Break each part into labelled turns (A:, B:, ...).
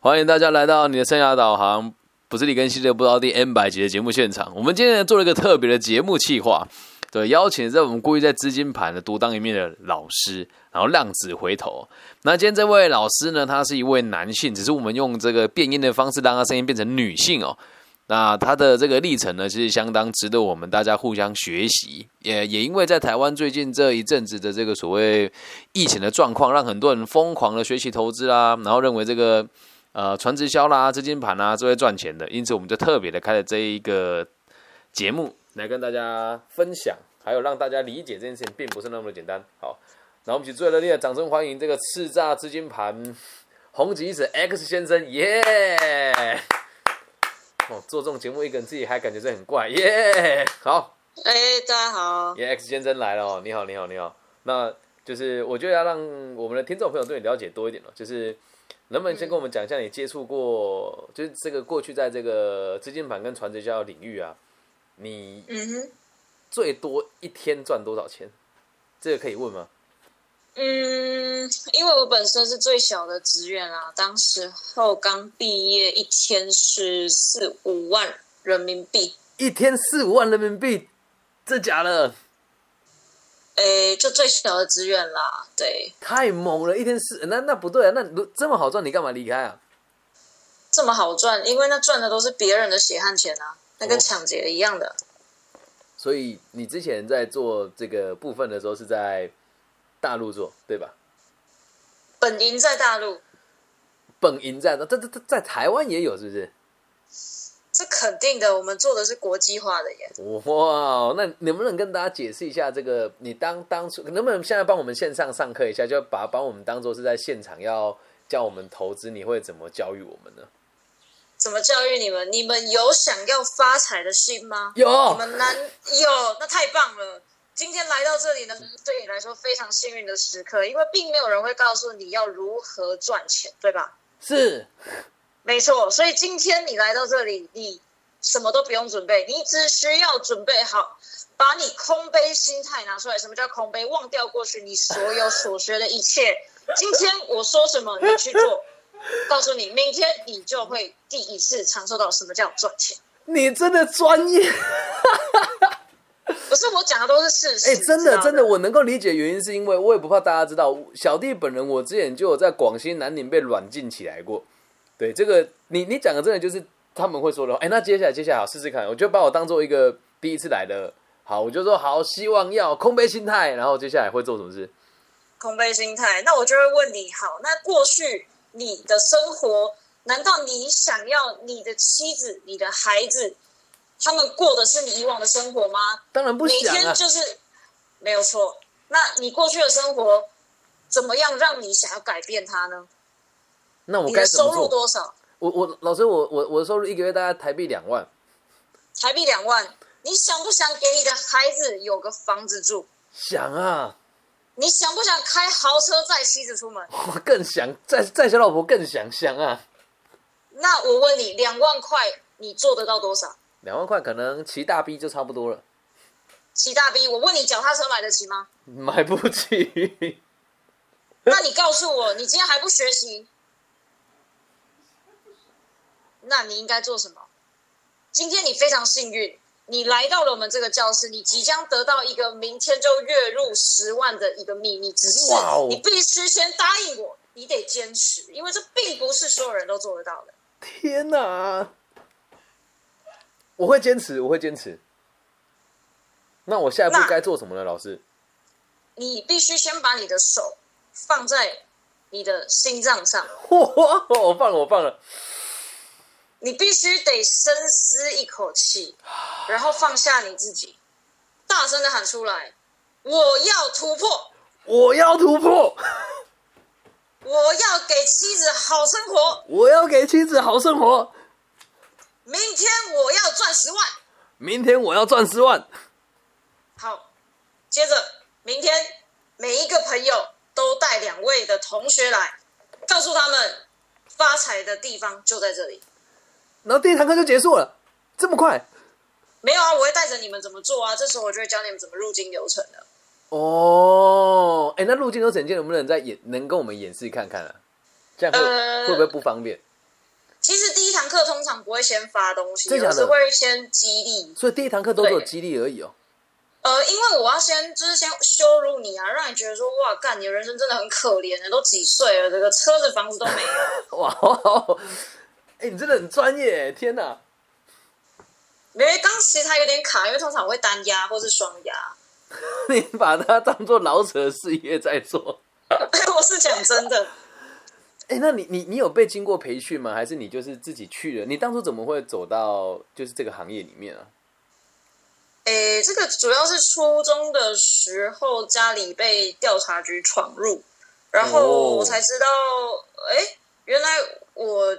A: 欢迎大家来到你的生涯导航，不是李根希的不知道第 N 百集的节目现场。我们今天做了一个特别的节目企划，对，邀请在我们故意在资金盘的独当一面的老师，然后浪子回头。那今天这位老师呢，他是一位男性，只是我们用这个变音的方式让他声音变成女性哦。那他的这个历程呢，其实相当值得我们大家互相学习。也也因为在台湾最近这一阵子的这个所谓疫情的状况，让很多人疯狂的学习投资啦，然后认为这个呃传直销啦、资金盘啦这会赚钱的，因此我们就特别的开了这一个节目来跟大家分享，还有让大家理解这件事情并不是那么的简单。好，然后我们一起最热烈的掌声欢迎这个叱咤资金盘红极一时 X 先生，耶、哦，做这种节目一个人自己还感觉这很怪，耶、好，
B: 哎、大家 好，
A: 耶、X 先生来了哦，你好，你好，你好。那就是我觉得要让我们的听众朋友对你了解多一点了，就是能不能先跟我们讲一下你接触过，就是这个过去在这个资金盘跟传直销领域啊，你
B: 嗯哼，
A: 最多一天赚多少钱？这个可以问吗？
B: 嗯，因为我本身是最小的职员啦，当时候刚毕业，一天是四五万人民币，
A: 一天四五万人民币，真假的？
B: 哎、就最小的职员啦，对，
A: 太猛了！一天四，那那不对啊，那如这么好赚，你干嘛离开啊？
B: 这么好赚，因为那赚的都是别人的血汗钱啊，那跟
A: 哦
B: 抢劫一样的，
A: 所以你之前在做这个部分的时候是在大陆做，对吧？
B: 本营在大陆，
A: 本营在这这这在台湾也有是不是？
B: 这肯定的，我们做的是国际化的耶，
A: 哇，那能不能跟大家解释一下这个？你当当初能不能现在帮我们线上上课一下，就把把我们当做是在现场要叫我们投资，你会怎么教育我们呢？
B: 怎么教育你们？你们有想要发财的心吗？
A: 有
B: 我们难有，那太棒了！今天来到这里呢，对你来说非常幸运的时刻，因为并没有人会告诉你要如何赚钱，对吧？
A: 是
B: 没错，所以今天你来到这里，你什么都不用准备，你只需要准备好，把你空杯心态拿出来。什么叫空杯？忘掉过去你所有所学的一切。今天我说什么，你去 做。告诉你，明天你就会第一次尝受到什么叫赚钱。
A: 你真的专业，
B: 不是我讲的都是啊事实，
A: 哎、真
B: 知
A: 的
B: 道
A: 真的，我能够理解原因，是因为我也不怕大家知道，小弟本人我之前就有在广西南宁被软禁起来过。对，这个你你讲的真的就是他们会说的话。哎、那接下来接下来好试试看，我就把我当做一个第一次来的，好，我就说好，希望要空杯心态，然后接下来会做什么事？
B: 空杯心态，那我就会问你，好，那过去你的生活，难道你想要你的妻子、你的孩子，他们过的是你以往的生活吗？
A: 当然不
B: 每
A: 想啊
B: 天，就是没有错。那你过去的生活怎么样让你想要改变它呢？
A: 那我
B: 你
A: 该
B: 的
A: 怎
B: 收
A: 么
B: 入
A: 做？
B: 多少？
A: 我我老师，我我我的收入一个月大概台币两万，
B: 台币两万，你想不想给你的孩子有个房子住？
A: 想啊，
B: 你想不想开豪车载妻子出门？
A: 我更想，再再小老婆更想想啊，
B: 那我问你，两万块你做得到多少？
A: 两万块可能骑大 B 就差不多了。
B: 骑大 B，我问你，脚踏车买得起吗？
A: 买不起，嗯
B: 那你告诉我，你今天还不学习，那你应该做什么？今天你非常幸运，你来到了我们这个教室，你即将得到一个明天就月入十万的一个秘密，只是
A: 哇哦
B: 你必须先答应我，你得坚持，因为这并不是所有人都做得到的。
A: 天哪！我会坚持，我会坚持。那我下一步
B: 那
A: 该做什么呢，老师？
B: 你必须先把你的手放在你的心脏上，
A: 哇， 我放了，我放了。
B: 你必须得深思一口气，然后放下你自己，大声的喊出来：“我要突破，
A: 我要突破，
B: 我要给妻子好生活，
A: 我要给妻子好生活。
B: 明天我要赚十万。
A: 明天我要赚十万。”
B: 好，接着明天每一个朋友都带两位的同学来，告诉他们发财的地方就在这里。
A: 然后第一堂课就结束了，这么快？
B: 没有啊，我会带着你们怎么做啊，这时候我就会教你们怎么入金流程的。
A: 哦，哎，那路径流程见能不能再演，能跟我们演示看看啊？这样会、
B: 呃
A: 会不会不方便？
B: 其实第一堂课通常不会先发东西，
A: 真的假
B: 我
A: 的
B: 是会先激励。
A: 所以第一堂课都只有
B: 对
A: 激励而已哦。
B: 呃，因为我要先就是先羞辱你啊，让你觉得说哇，干你的人生真的很可怜的，都几岁了，这个车子房子都没 有。
A: 哇，哦，哎、你真的很专业，天哪！
B: 因为当时他有点卡，因为通常我会单压或是双压，
A: 你把它当做老者的事业在做。
B: 我是讲真的。
A: 哎、那你你你有被经过培训吗？还是你就是自己去了？你当初怎么会走到就是这个行业里面啊？
B: 诶，这个主要是初中的时候家里被调查局闯入，然
A: 哦
B: 后我才知道，诶，原来我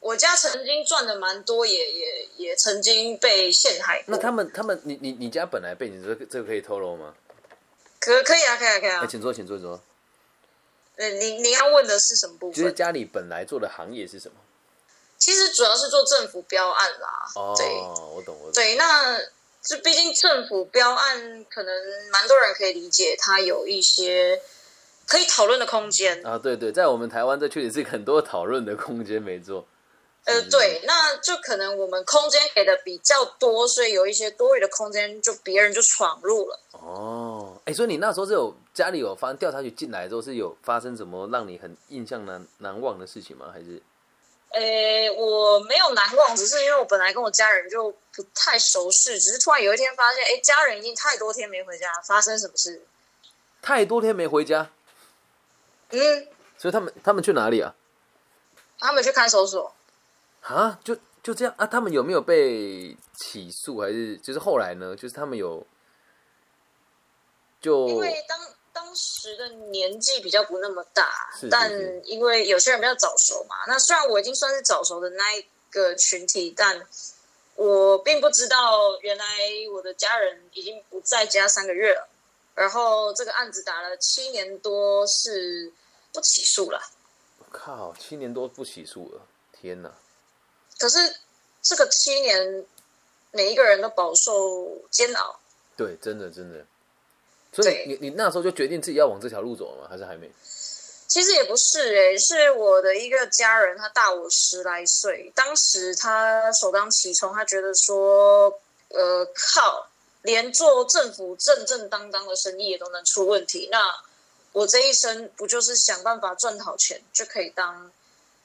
B: 我家曾经赚的蛮多，也也也曾经被陷害过。
A: 那他们他们你你你家本来被你这个这个可以透露吗？
B: 可可以啊，可以啊，可以
A: 哎、
B: 啊。
A: 请坐，请坐，请坐。
B: 呃，您您要问的是什么部
A: 就是
B: 分？
A: 家里本来做的行业是什么？
B: 其实主要是做政府标案啦。
A: 哦
B: 对，
A: 我懂，我懂。
B: 对，那这毕竟政府标案，可能蛮多人可以理解，它有一些可以讨论的空间。
A: 啊，对对，在我们台湾这确实是一个很多讨论的空间，没错。
B: 呃，
A: 嗯
B: 对，那就可能我们空间给的比较多，所以有一些多余的空间，就别人就闯入了。
A: 哦，哎、所以你那时候是有家里有发调查局进来之后是有发生什么让你很印象难难忘的事情吗？还是
B: 诶，呃我没有难忘，只是因为我本来跟我家人就不太熟识，只是突然有一天发现，诶，哎家人已经太多天没回家，发生什么事？
A: 太多天没回家？
B: 嗯，
A: 所以他们他们去哪里啊？
B: 他们去看守所。
A: 啊，就就这样啊？他们有没有被起诉？还是就是后来呢？就是他们有就
B: 因为当当时的年纪比较不那么大，
A: 是是
B: 但
A: 是
B: 因为有些人比较早熟嘛，那虽然我已经算是早熟的那一个群体，但我并不知道原来我的家人已经不在家三个月了，然后这个案子打了七年多是不起诉了，
A: 靠七年多不起诉了，天哪！
B: 可是这个七年每一个人都饱受煎熬，
A: 对，真的真的。所以你你你那时候就决定自己要往这条路走了吗？还是还没？
B: 其实也不是诶、是我的一个家人，他大我十来岁，当时他首当其冲，他觉得说，呃，靠，连做政府正正当当的生意也都能出问题，那我这一生不就是想办法赚好钱就可以当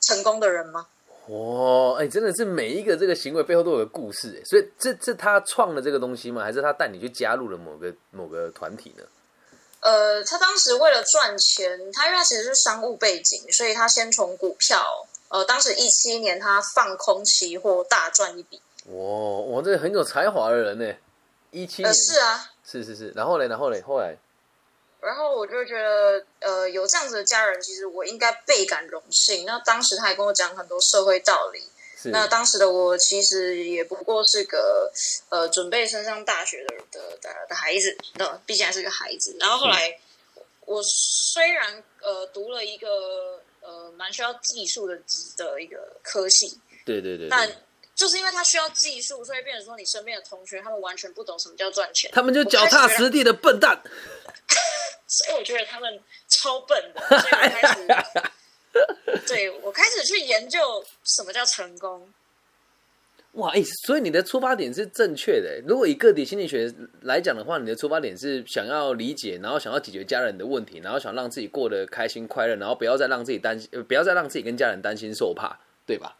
B: 成功的人吗？
A: 哦，哎、真的是每一个这个行为背后都有个故事，哎，所以这这他创了这个东西吗？还是他带你去加入了某个某个团体呢？
B: 呃，他当时为了赚钱，他因为他其实是商务背景，所以他先从股票，呃，当时一七年他放空期货大赚一笔，
A: 哇、哇，这很有才华的人呢，一七年、
B: 呃，是啊，
A: 是是是然后嘞，然后嘞，后来
B: 然后我就觉得，呃，有这样子的家人，其实我应该倍感荣幸。那当时他还跟我讲很多社会道理。
A: 是
B: 那当时的我其实也不过是个呃准备升上大学的的的的孩子，那毕竟还是个孩子。然后后来我虽然呃读了一个呃蛮需要技术的职的一个科系，
A: 对对对
B: 但
A: 对，
B: 就是因为他需要技术，所以变成说你身边的同学他们完全不懂什么叫赚钱，
A: 他们就脚踏实地的笨蛋，
B: 所以我觉得他们超笨的，所以我 开始，对我开始去研究什么叫成功。
A: 哇，哎、所以你的出发点是正确的。如果以个体心理学来讲的话，你的出发点是想要理解，然后想要解决家人的问题，然后想让自己过得开心快乐，然后不要再让自己担心，呃不要再让自己跟家人担心受怕，对吧？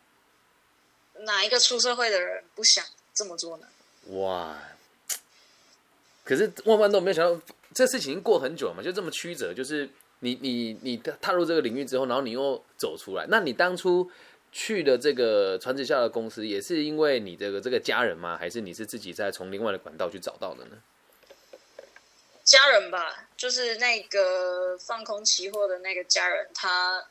B: 哪一个出社会的人不想这么做呢？
A: 哇！可是万万都没有想到，这事情已经过很久了嘛，就这么曲折。就是你你你踏入这个领域之后，然后你又走出来。那你当初去的这个传直销的公司，也是因为你这个这个家人吗？还是你是自己在从另外的管道去找到的呢？
B: 家人吧，就是那个放空期货的那个家人，他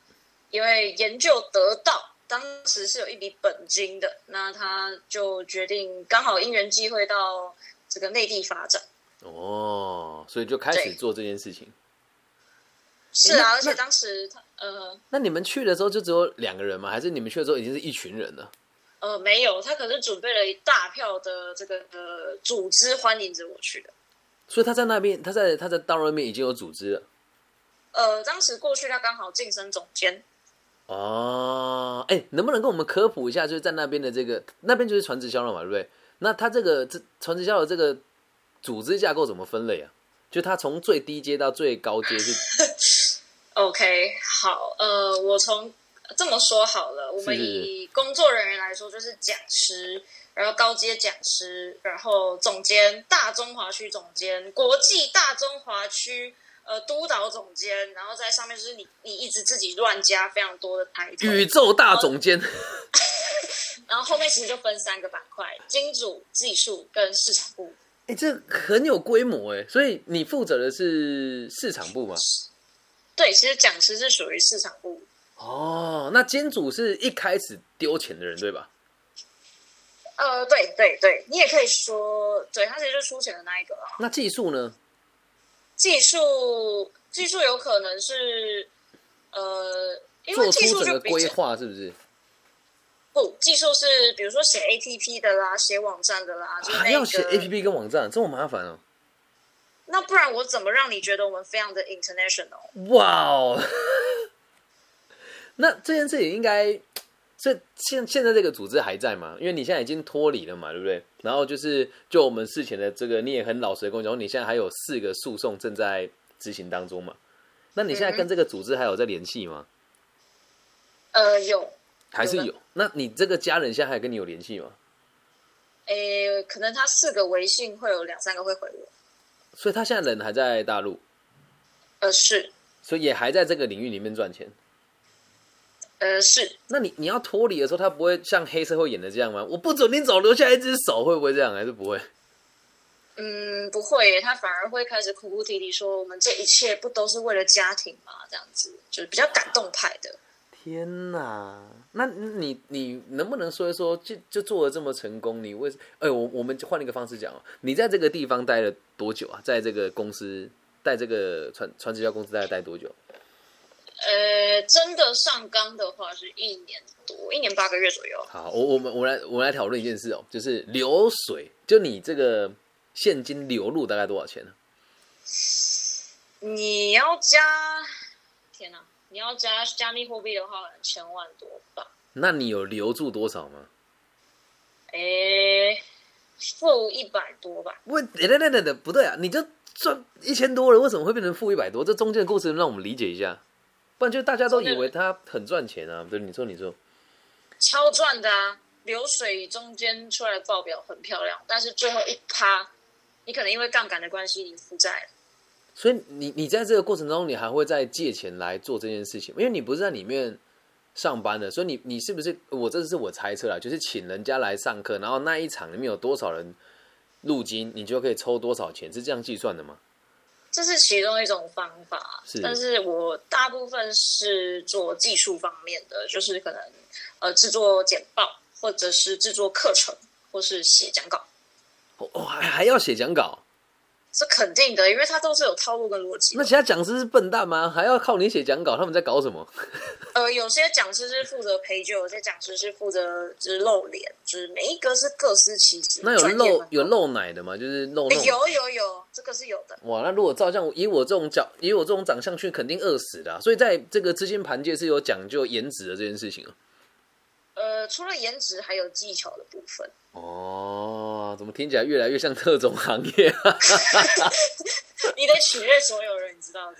B: 因为研究得到，当时是有一笔本金的，那他就决定刚好因缘际会到这个内地发展。
A: 哦，所以就开始
B: 对
A: 做这件事情。
B: 是
A: 那
B: 啊，而且
A: 那
B: 当时他呃
A: 那你们去的时候就只有两个人吗？还是你们去的时候已经是一群人了？
B: 呃，没有，他可是准备了一大票的这个呃组织欢迎着我去的。
A: 所以他在那边，他在他在大陆那边已经有组织了。
B: 呃，当时过去他刚好晋升总监，
A: 哦，哎、能不能跟我们科普一下，就是在那边的这个，那边就是船直销了嘛，对不对？那它这个这船直销的这个组织架构怎么分类啊？就它从最低阶到最高阶是
B: OK，好，呃，我从这么说好了，我们
A: 是
B: 以工作人员来说，就是讲师，然后高阶讲师，然后总监，大中华区总监，国际大中华区呃督导总监，然后在上面就是你你一直自己乱加非常多的 title，
A: 宇宙大总监，
B: 然后后面其实就分三个板块：金主、技术跟市场部。
A: 哎、这很有规模哎，所以你负责的是市场部嘛？
B: 对，其实讲师是属于市场部，
A: 哦，那金主是一开始丢钱的人对吧？
B: 呃，对对对，你也可以说，对他其实就出钱的那一个啦。
A: 那技术呢？
B: 技术技术有可能是呃，因为
A: 做
B: 技
A: 出
B: 术
A: 整
B: 就
A: 个
B: 比
A: 规
B: 较
A: 划是不是？
B: 不，技术是比如说写 APP 的啦，写网站的啦，就是那
A: 还
B: 个
A: 啊要写 APP 跟网站，这么麻烦哦、
B: 那不然我怎么让你觉得我们非常的 international？
A: 哇哦！ 那这件事情应该，这现现在这个组织还在吗？因为你现在已经脱离了嘛，对不对？然后就是就我们事前的这个，你也很老实的跟我讲，你现在还有四个诉讼正在执行当中嘛？那你现
B: 嗯
A: 在跟这个组织还有在联系吗？
B: 呃，有，
A: 还是
B: 有的
A: 有？那你这个家人现在还跟你有联系吗？
B: 诶，可能他四个微信会有两三个会回我，
A: 所以他现在人还在大陆，
B: 呃，是，
A: 所以也还在这个领域里面赚钱。
B: 呃，是，
A: 那你你要脱离的时候，他不会像黑社会演的这样吗？我不准你走，留下一只手，会不会这样？还是不会？
B: 嗯，不会耶，他反而会开始哭哭啼啼说，我们这一切不都是为了家庭嘛，这样子，就是比较感动派的。
A: 天呐，那你你能不能说一说，就就做的这么成功，你为什？哎、我我们换一个方式讲哦，你在这个地方待了多久啊？在这个公司，在这个传传直销公司待了待多久？
B: 呃，真的上纲的话是一年多，一年八个月左右。
A: 好，我我们我们来我们来讨论一件事哦，就是流水，就你这个现金流入大概多少钱呢？
B: 你要加，天哪、你要加加密货币的话，千万多吧？
A: 那你有留住多少吗？
B: 诶，负一百多吧？
A: 问，等等等等等，不对啊，你就赚一千多了，为什么会变成负一百多？这中间的故事让我们理解一下，不然就大家都以为他很赚钱啊。对，你说你说。
B: 超赚的啊！流水中间出来的报表很漂亮，但是最后一趴，你可能因为杠杆的关系，你负债了。
A: 所以你你在这个过程中，你还会再借钱来做这件事情，因为你不是在里面上班的，所以你你是不是我这是我猜测啦，就是请人家来上课，然后那一场里面有多少人入金，你就可以抽多少钱，是这样计算的吗？
B: 这是其中一种方法，
A: 是
B: 但是我大部分是做技术方面的，就是可能呃制作简报，或者是制作课程，或是写讲稿，
A: 哦，哦还还要写讲稿，
B: 这肯定的，因为它都是有套路跟逻辑的
A: 那。其他讲师是笨蛋吗？还要靠你写讲稿，他们在搞什么？
B: 呃，有些讲师是负责陪酒，有些讲师是负责就是露脸，就是每一个是各司其职。
A: 那有
B: 专业
A: 漏
B: 分工
A: 有漏奶的吗？就是漏那
B: 哎
A: 种。
B: 有有有，这个是有的。
A: 哇，那如果照这样，以我这种长以我这种长相去，肯定饿死的啊、所以在这个资金盘界是有讲究颜值的这件事情啊。
B: 呃，除了颜值，还有技巧的部分。
A: 哦，怎么听起来越来越像特种行业、啊？
B: 你得取悦所有人，你知道的。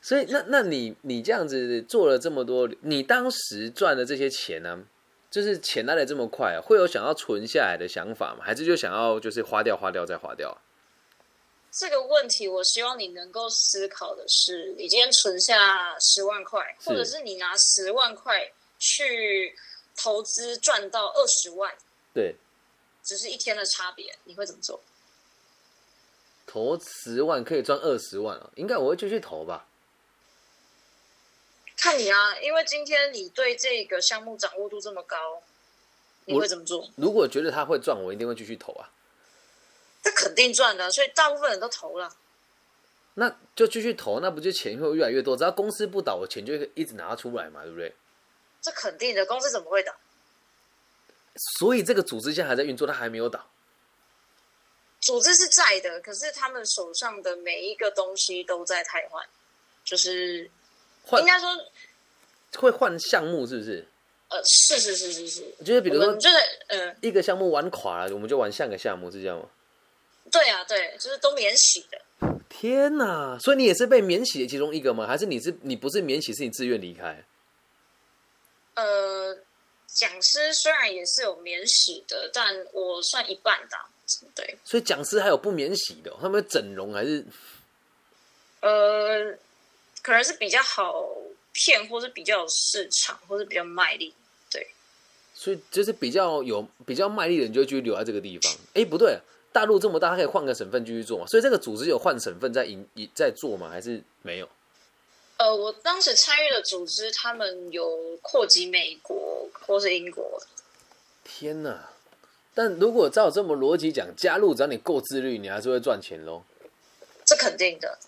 A: 所以那那你你这样子做了这么多，你当时赚的这些钱呢、就是钱来的这么快、啊，会有想要存下来的想法吗？还是就想要就是花掉、花掉再花掉啊？
B: 这个问题，我希望你能够思考的是，你今天存下十万块，
A: 是
B: 或者是你拿十万块去投资赚到二十万，
A: 对，
B: 只是一天的差别，你会怎么做？
A: 投十万可以赚二十万啊，应该我会继续投吧。
B: 看你啊，因为今天你对这个项目掌握度这么高，你
A: 我
B: 会怎么做？
A: 如果觉得他会赚，我一定会继续投啊。
B: 这肯定赚的，啊所以大部分人都投了。
A: 那就继续投，那不就钱会越来越多？只要公司不倒，我钱就会一直拿出来嘛，对不对？
B: 这肯定的，公司怎么会倒？
A: 所以这个组织现在还在运作，它还没有倒。
B: 组织是在的，可是他们手上的每一个东西都在汰换，就是
A: 换
B: 应该说，
A: 会换项目是不是？
B: 呃，是是是是是，
A: 就是比如
B: 我
A: 说
B: 们就是呃，
A: 一个项目玩垮了，我们就玩下个项目，是这样吗？
B: 对啊对，就是都免洗的。
A: 天哪！所以你也是被免洗的其中一个吗？还是你是你不是免洗，是你自愿离开？
B: 呃，讲师虽然也是有免洗的，但我算一半的啊，对。
A: 所以讲师还有不免洗的哦、他们整容还是
B: 呃，可能是比较好骗，或是比较有市场，或是比较卖力。
A: 所以就是比较有比较卖力的人就会继续留在这个地方。哎，不对，大陆这么大，他可以换个省份继续做嘛？所以这个组织有换省份在营在做吗？还是没有？
B: 呃，我当时参与的组织，他们有扩及美国或是英国。
A: 天哪！但如果照这么逻辑讲，加入只要你够自律，你还是会赚钱喽。
B: 这肯定的，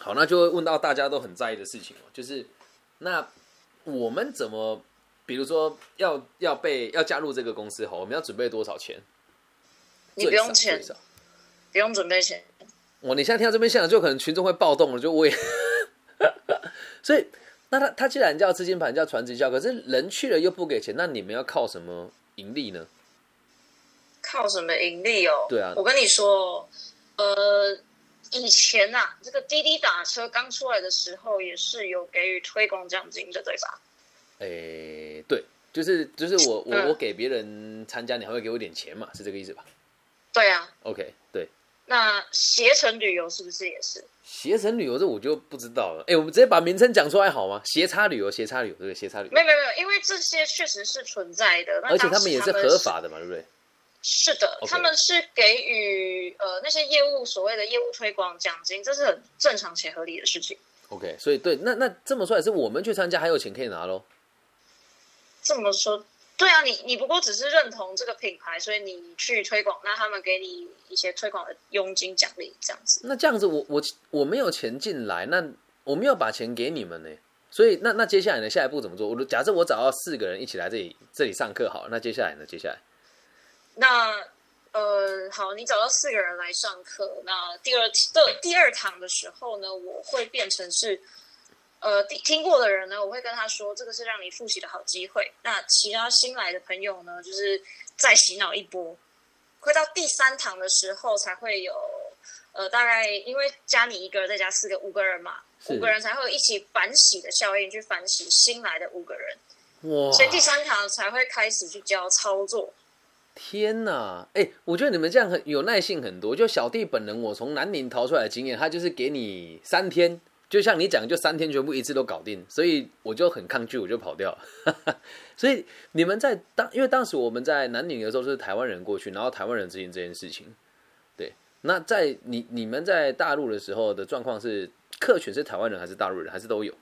A: 好，那就会问到大家都很在意的事情哦，就是那我们怎么，比如说要要被要加入这个公司后，我们要准备多少钱？
B: 你不
A: 最少
B: 用钱
A: 最，少
B: 不用准备钱。
A: 哦哇，你现在听到这边现场，就可能群众会暴动了，就我也， 所以那他他既然叫资金盘，叫传直销，可是人去了又不给钱，那你们要靠什么盈利呢？
B: 靠什么盈利哦？
A: 对啊
B: 我跟你说，呃，以前呐、这个滴滴打车刚出来的时候，也是有给予推广奖金的，对吧？
A: 诶、对，就是就是我我
B: 嗯
A: 我给别人参加，你还会给我点钱嘛，是这个意思吧
B: 对啊，
A: ？OK，对，
B: 那携程旅游是不是也是？
A: 携程旅游这我就不知道了。哎、我们直接把名称讲出来好吗？斜插旅游，斜插旅游，对，斜插旅游
B: 没，有没有没有，因为这些确实是存在的，那
A: 而且
B: 当时
A: 他们也是合。法的嘛，对不对？
B: 是的，
A: OK
B: 他们是给予呃那些业务所谓的业务推广奖金，这是很正常且合理的事情。
A: OK，所以对，那那这么说来是我们去参加还有钱可以拿喽。
B: 这么说，对啊，你你不过只是认同这个品牌，所以你去推广，那他们给你一些推广的佣金奖励这样子。
A: 那这样子我，我我没有钱进来，那我没有把钱给你们呢。所以那那接下来呢？下一步怎么做？我假设我找到四个人一起来这里这里上课，好，那接下来呢？接下来
B: 那呃，好，你找到四个人来上课，那第二的第二堂的时候呢，我会变成是。呃，听听过的人呢，我会跟他说，这个是让你复习的好机会。那其他新来的朋友呢，就是再洗脑一波。快到第三堂的时候，才会有呃，大概因为加你一个人，再加四个，五个人嘛，
A: 是
B: 五个人才会一起反洗的效应，去反洗新来的五个人。
A: 哇，
B: 所以第三堂才会开始去教操作。
A: 天呐，哎、我觉得你们这样很有耐性很多。就小弟本人，我从南宁逃出来的经验，他就是给你三天，就像你讲，就三天全部一次都搞定，所以我就很抗拒，我就跑掉 了。所以你们在当，因为当时我们在南宁的时候是台湾人过去，然后台湾人执行这件事情。对，那在你你们在大陆的时候的状况是，客群是台湾人还是大陆人，还是都有？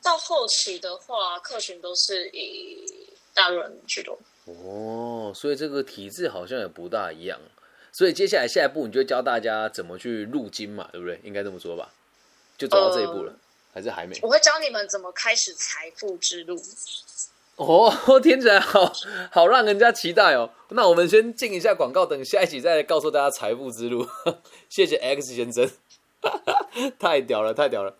B: 到后期的话，客群都是以大陆人居多。
A: 哦，所以这个体制好像也不大一样。所以接下来下一步，你就教大家怎么去入金嘛，对不对？应该这么说吧？就走到这一步了，还是还没？
B: 我会教你们怎么开始财富之路。
A: 哦，听起来好好让人家期待哦。那我们先进一下广告，等下一集再来 告诉大家财富之路。谢谢 X 先生，太屌了，太屌了。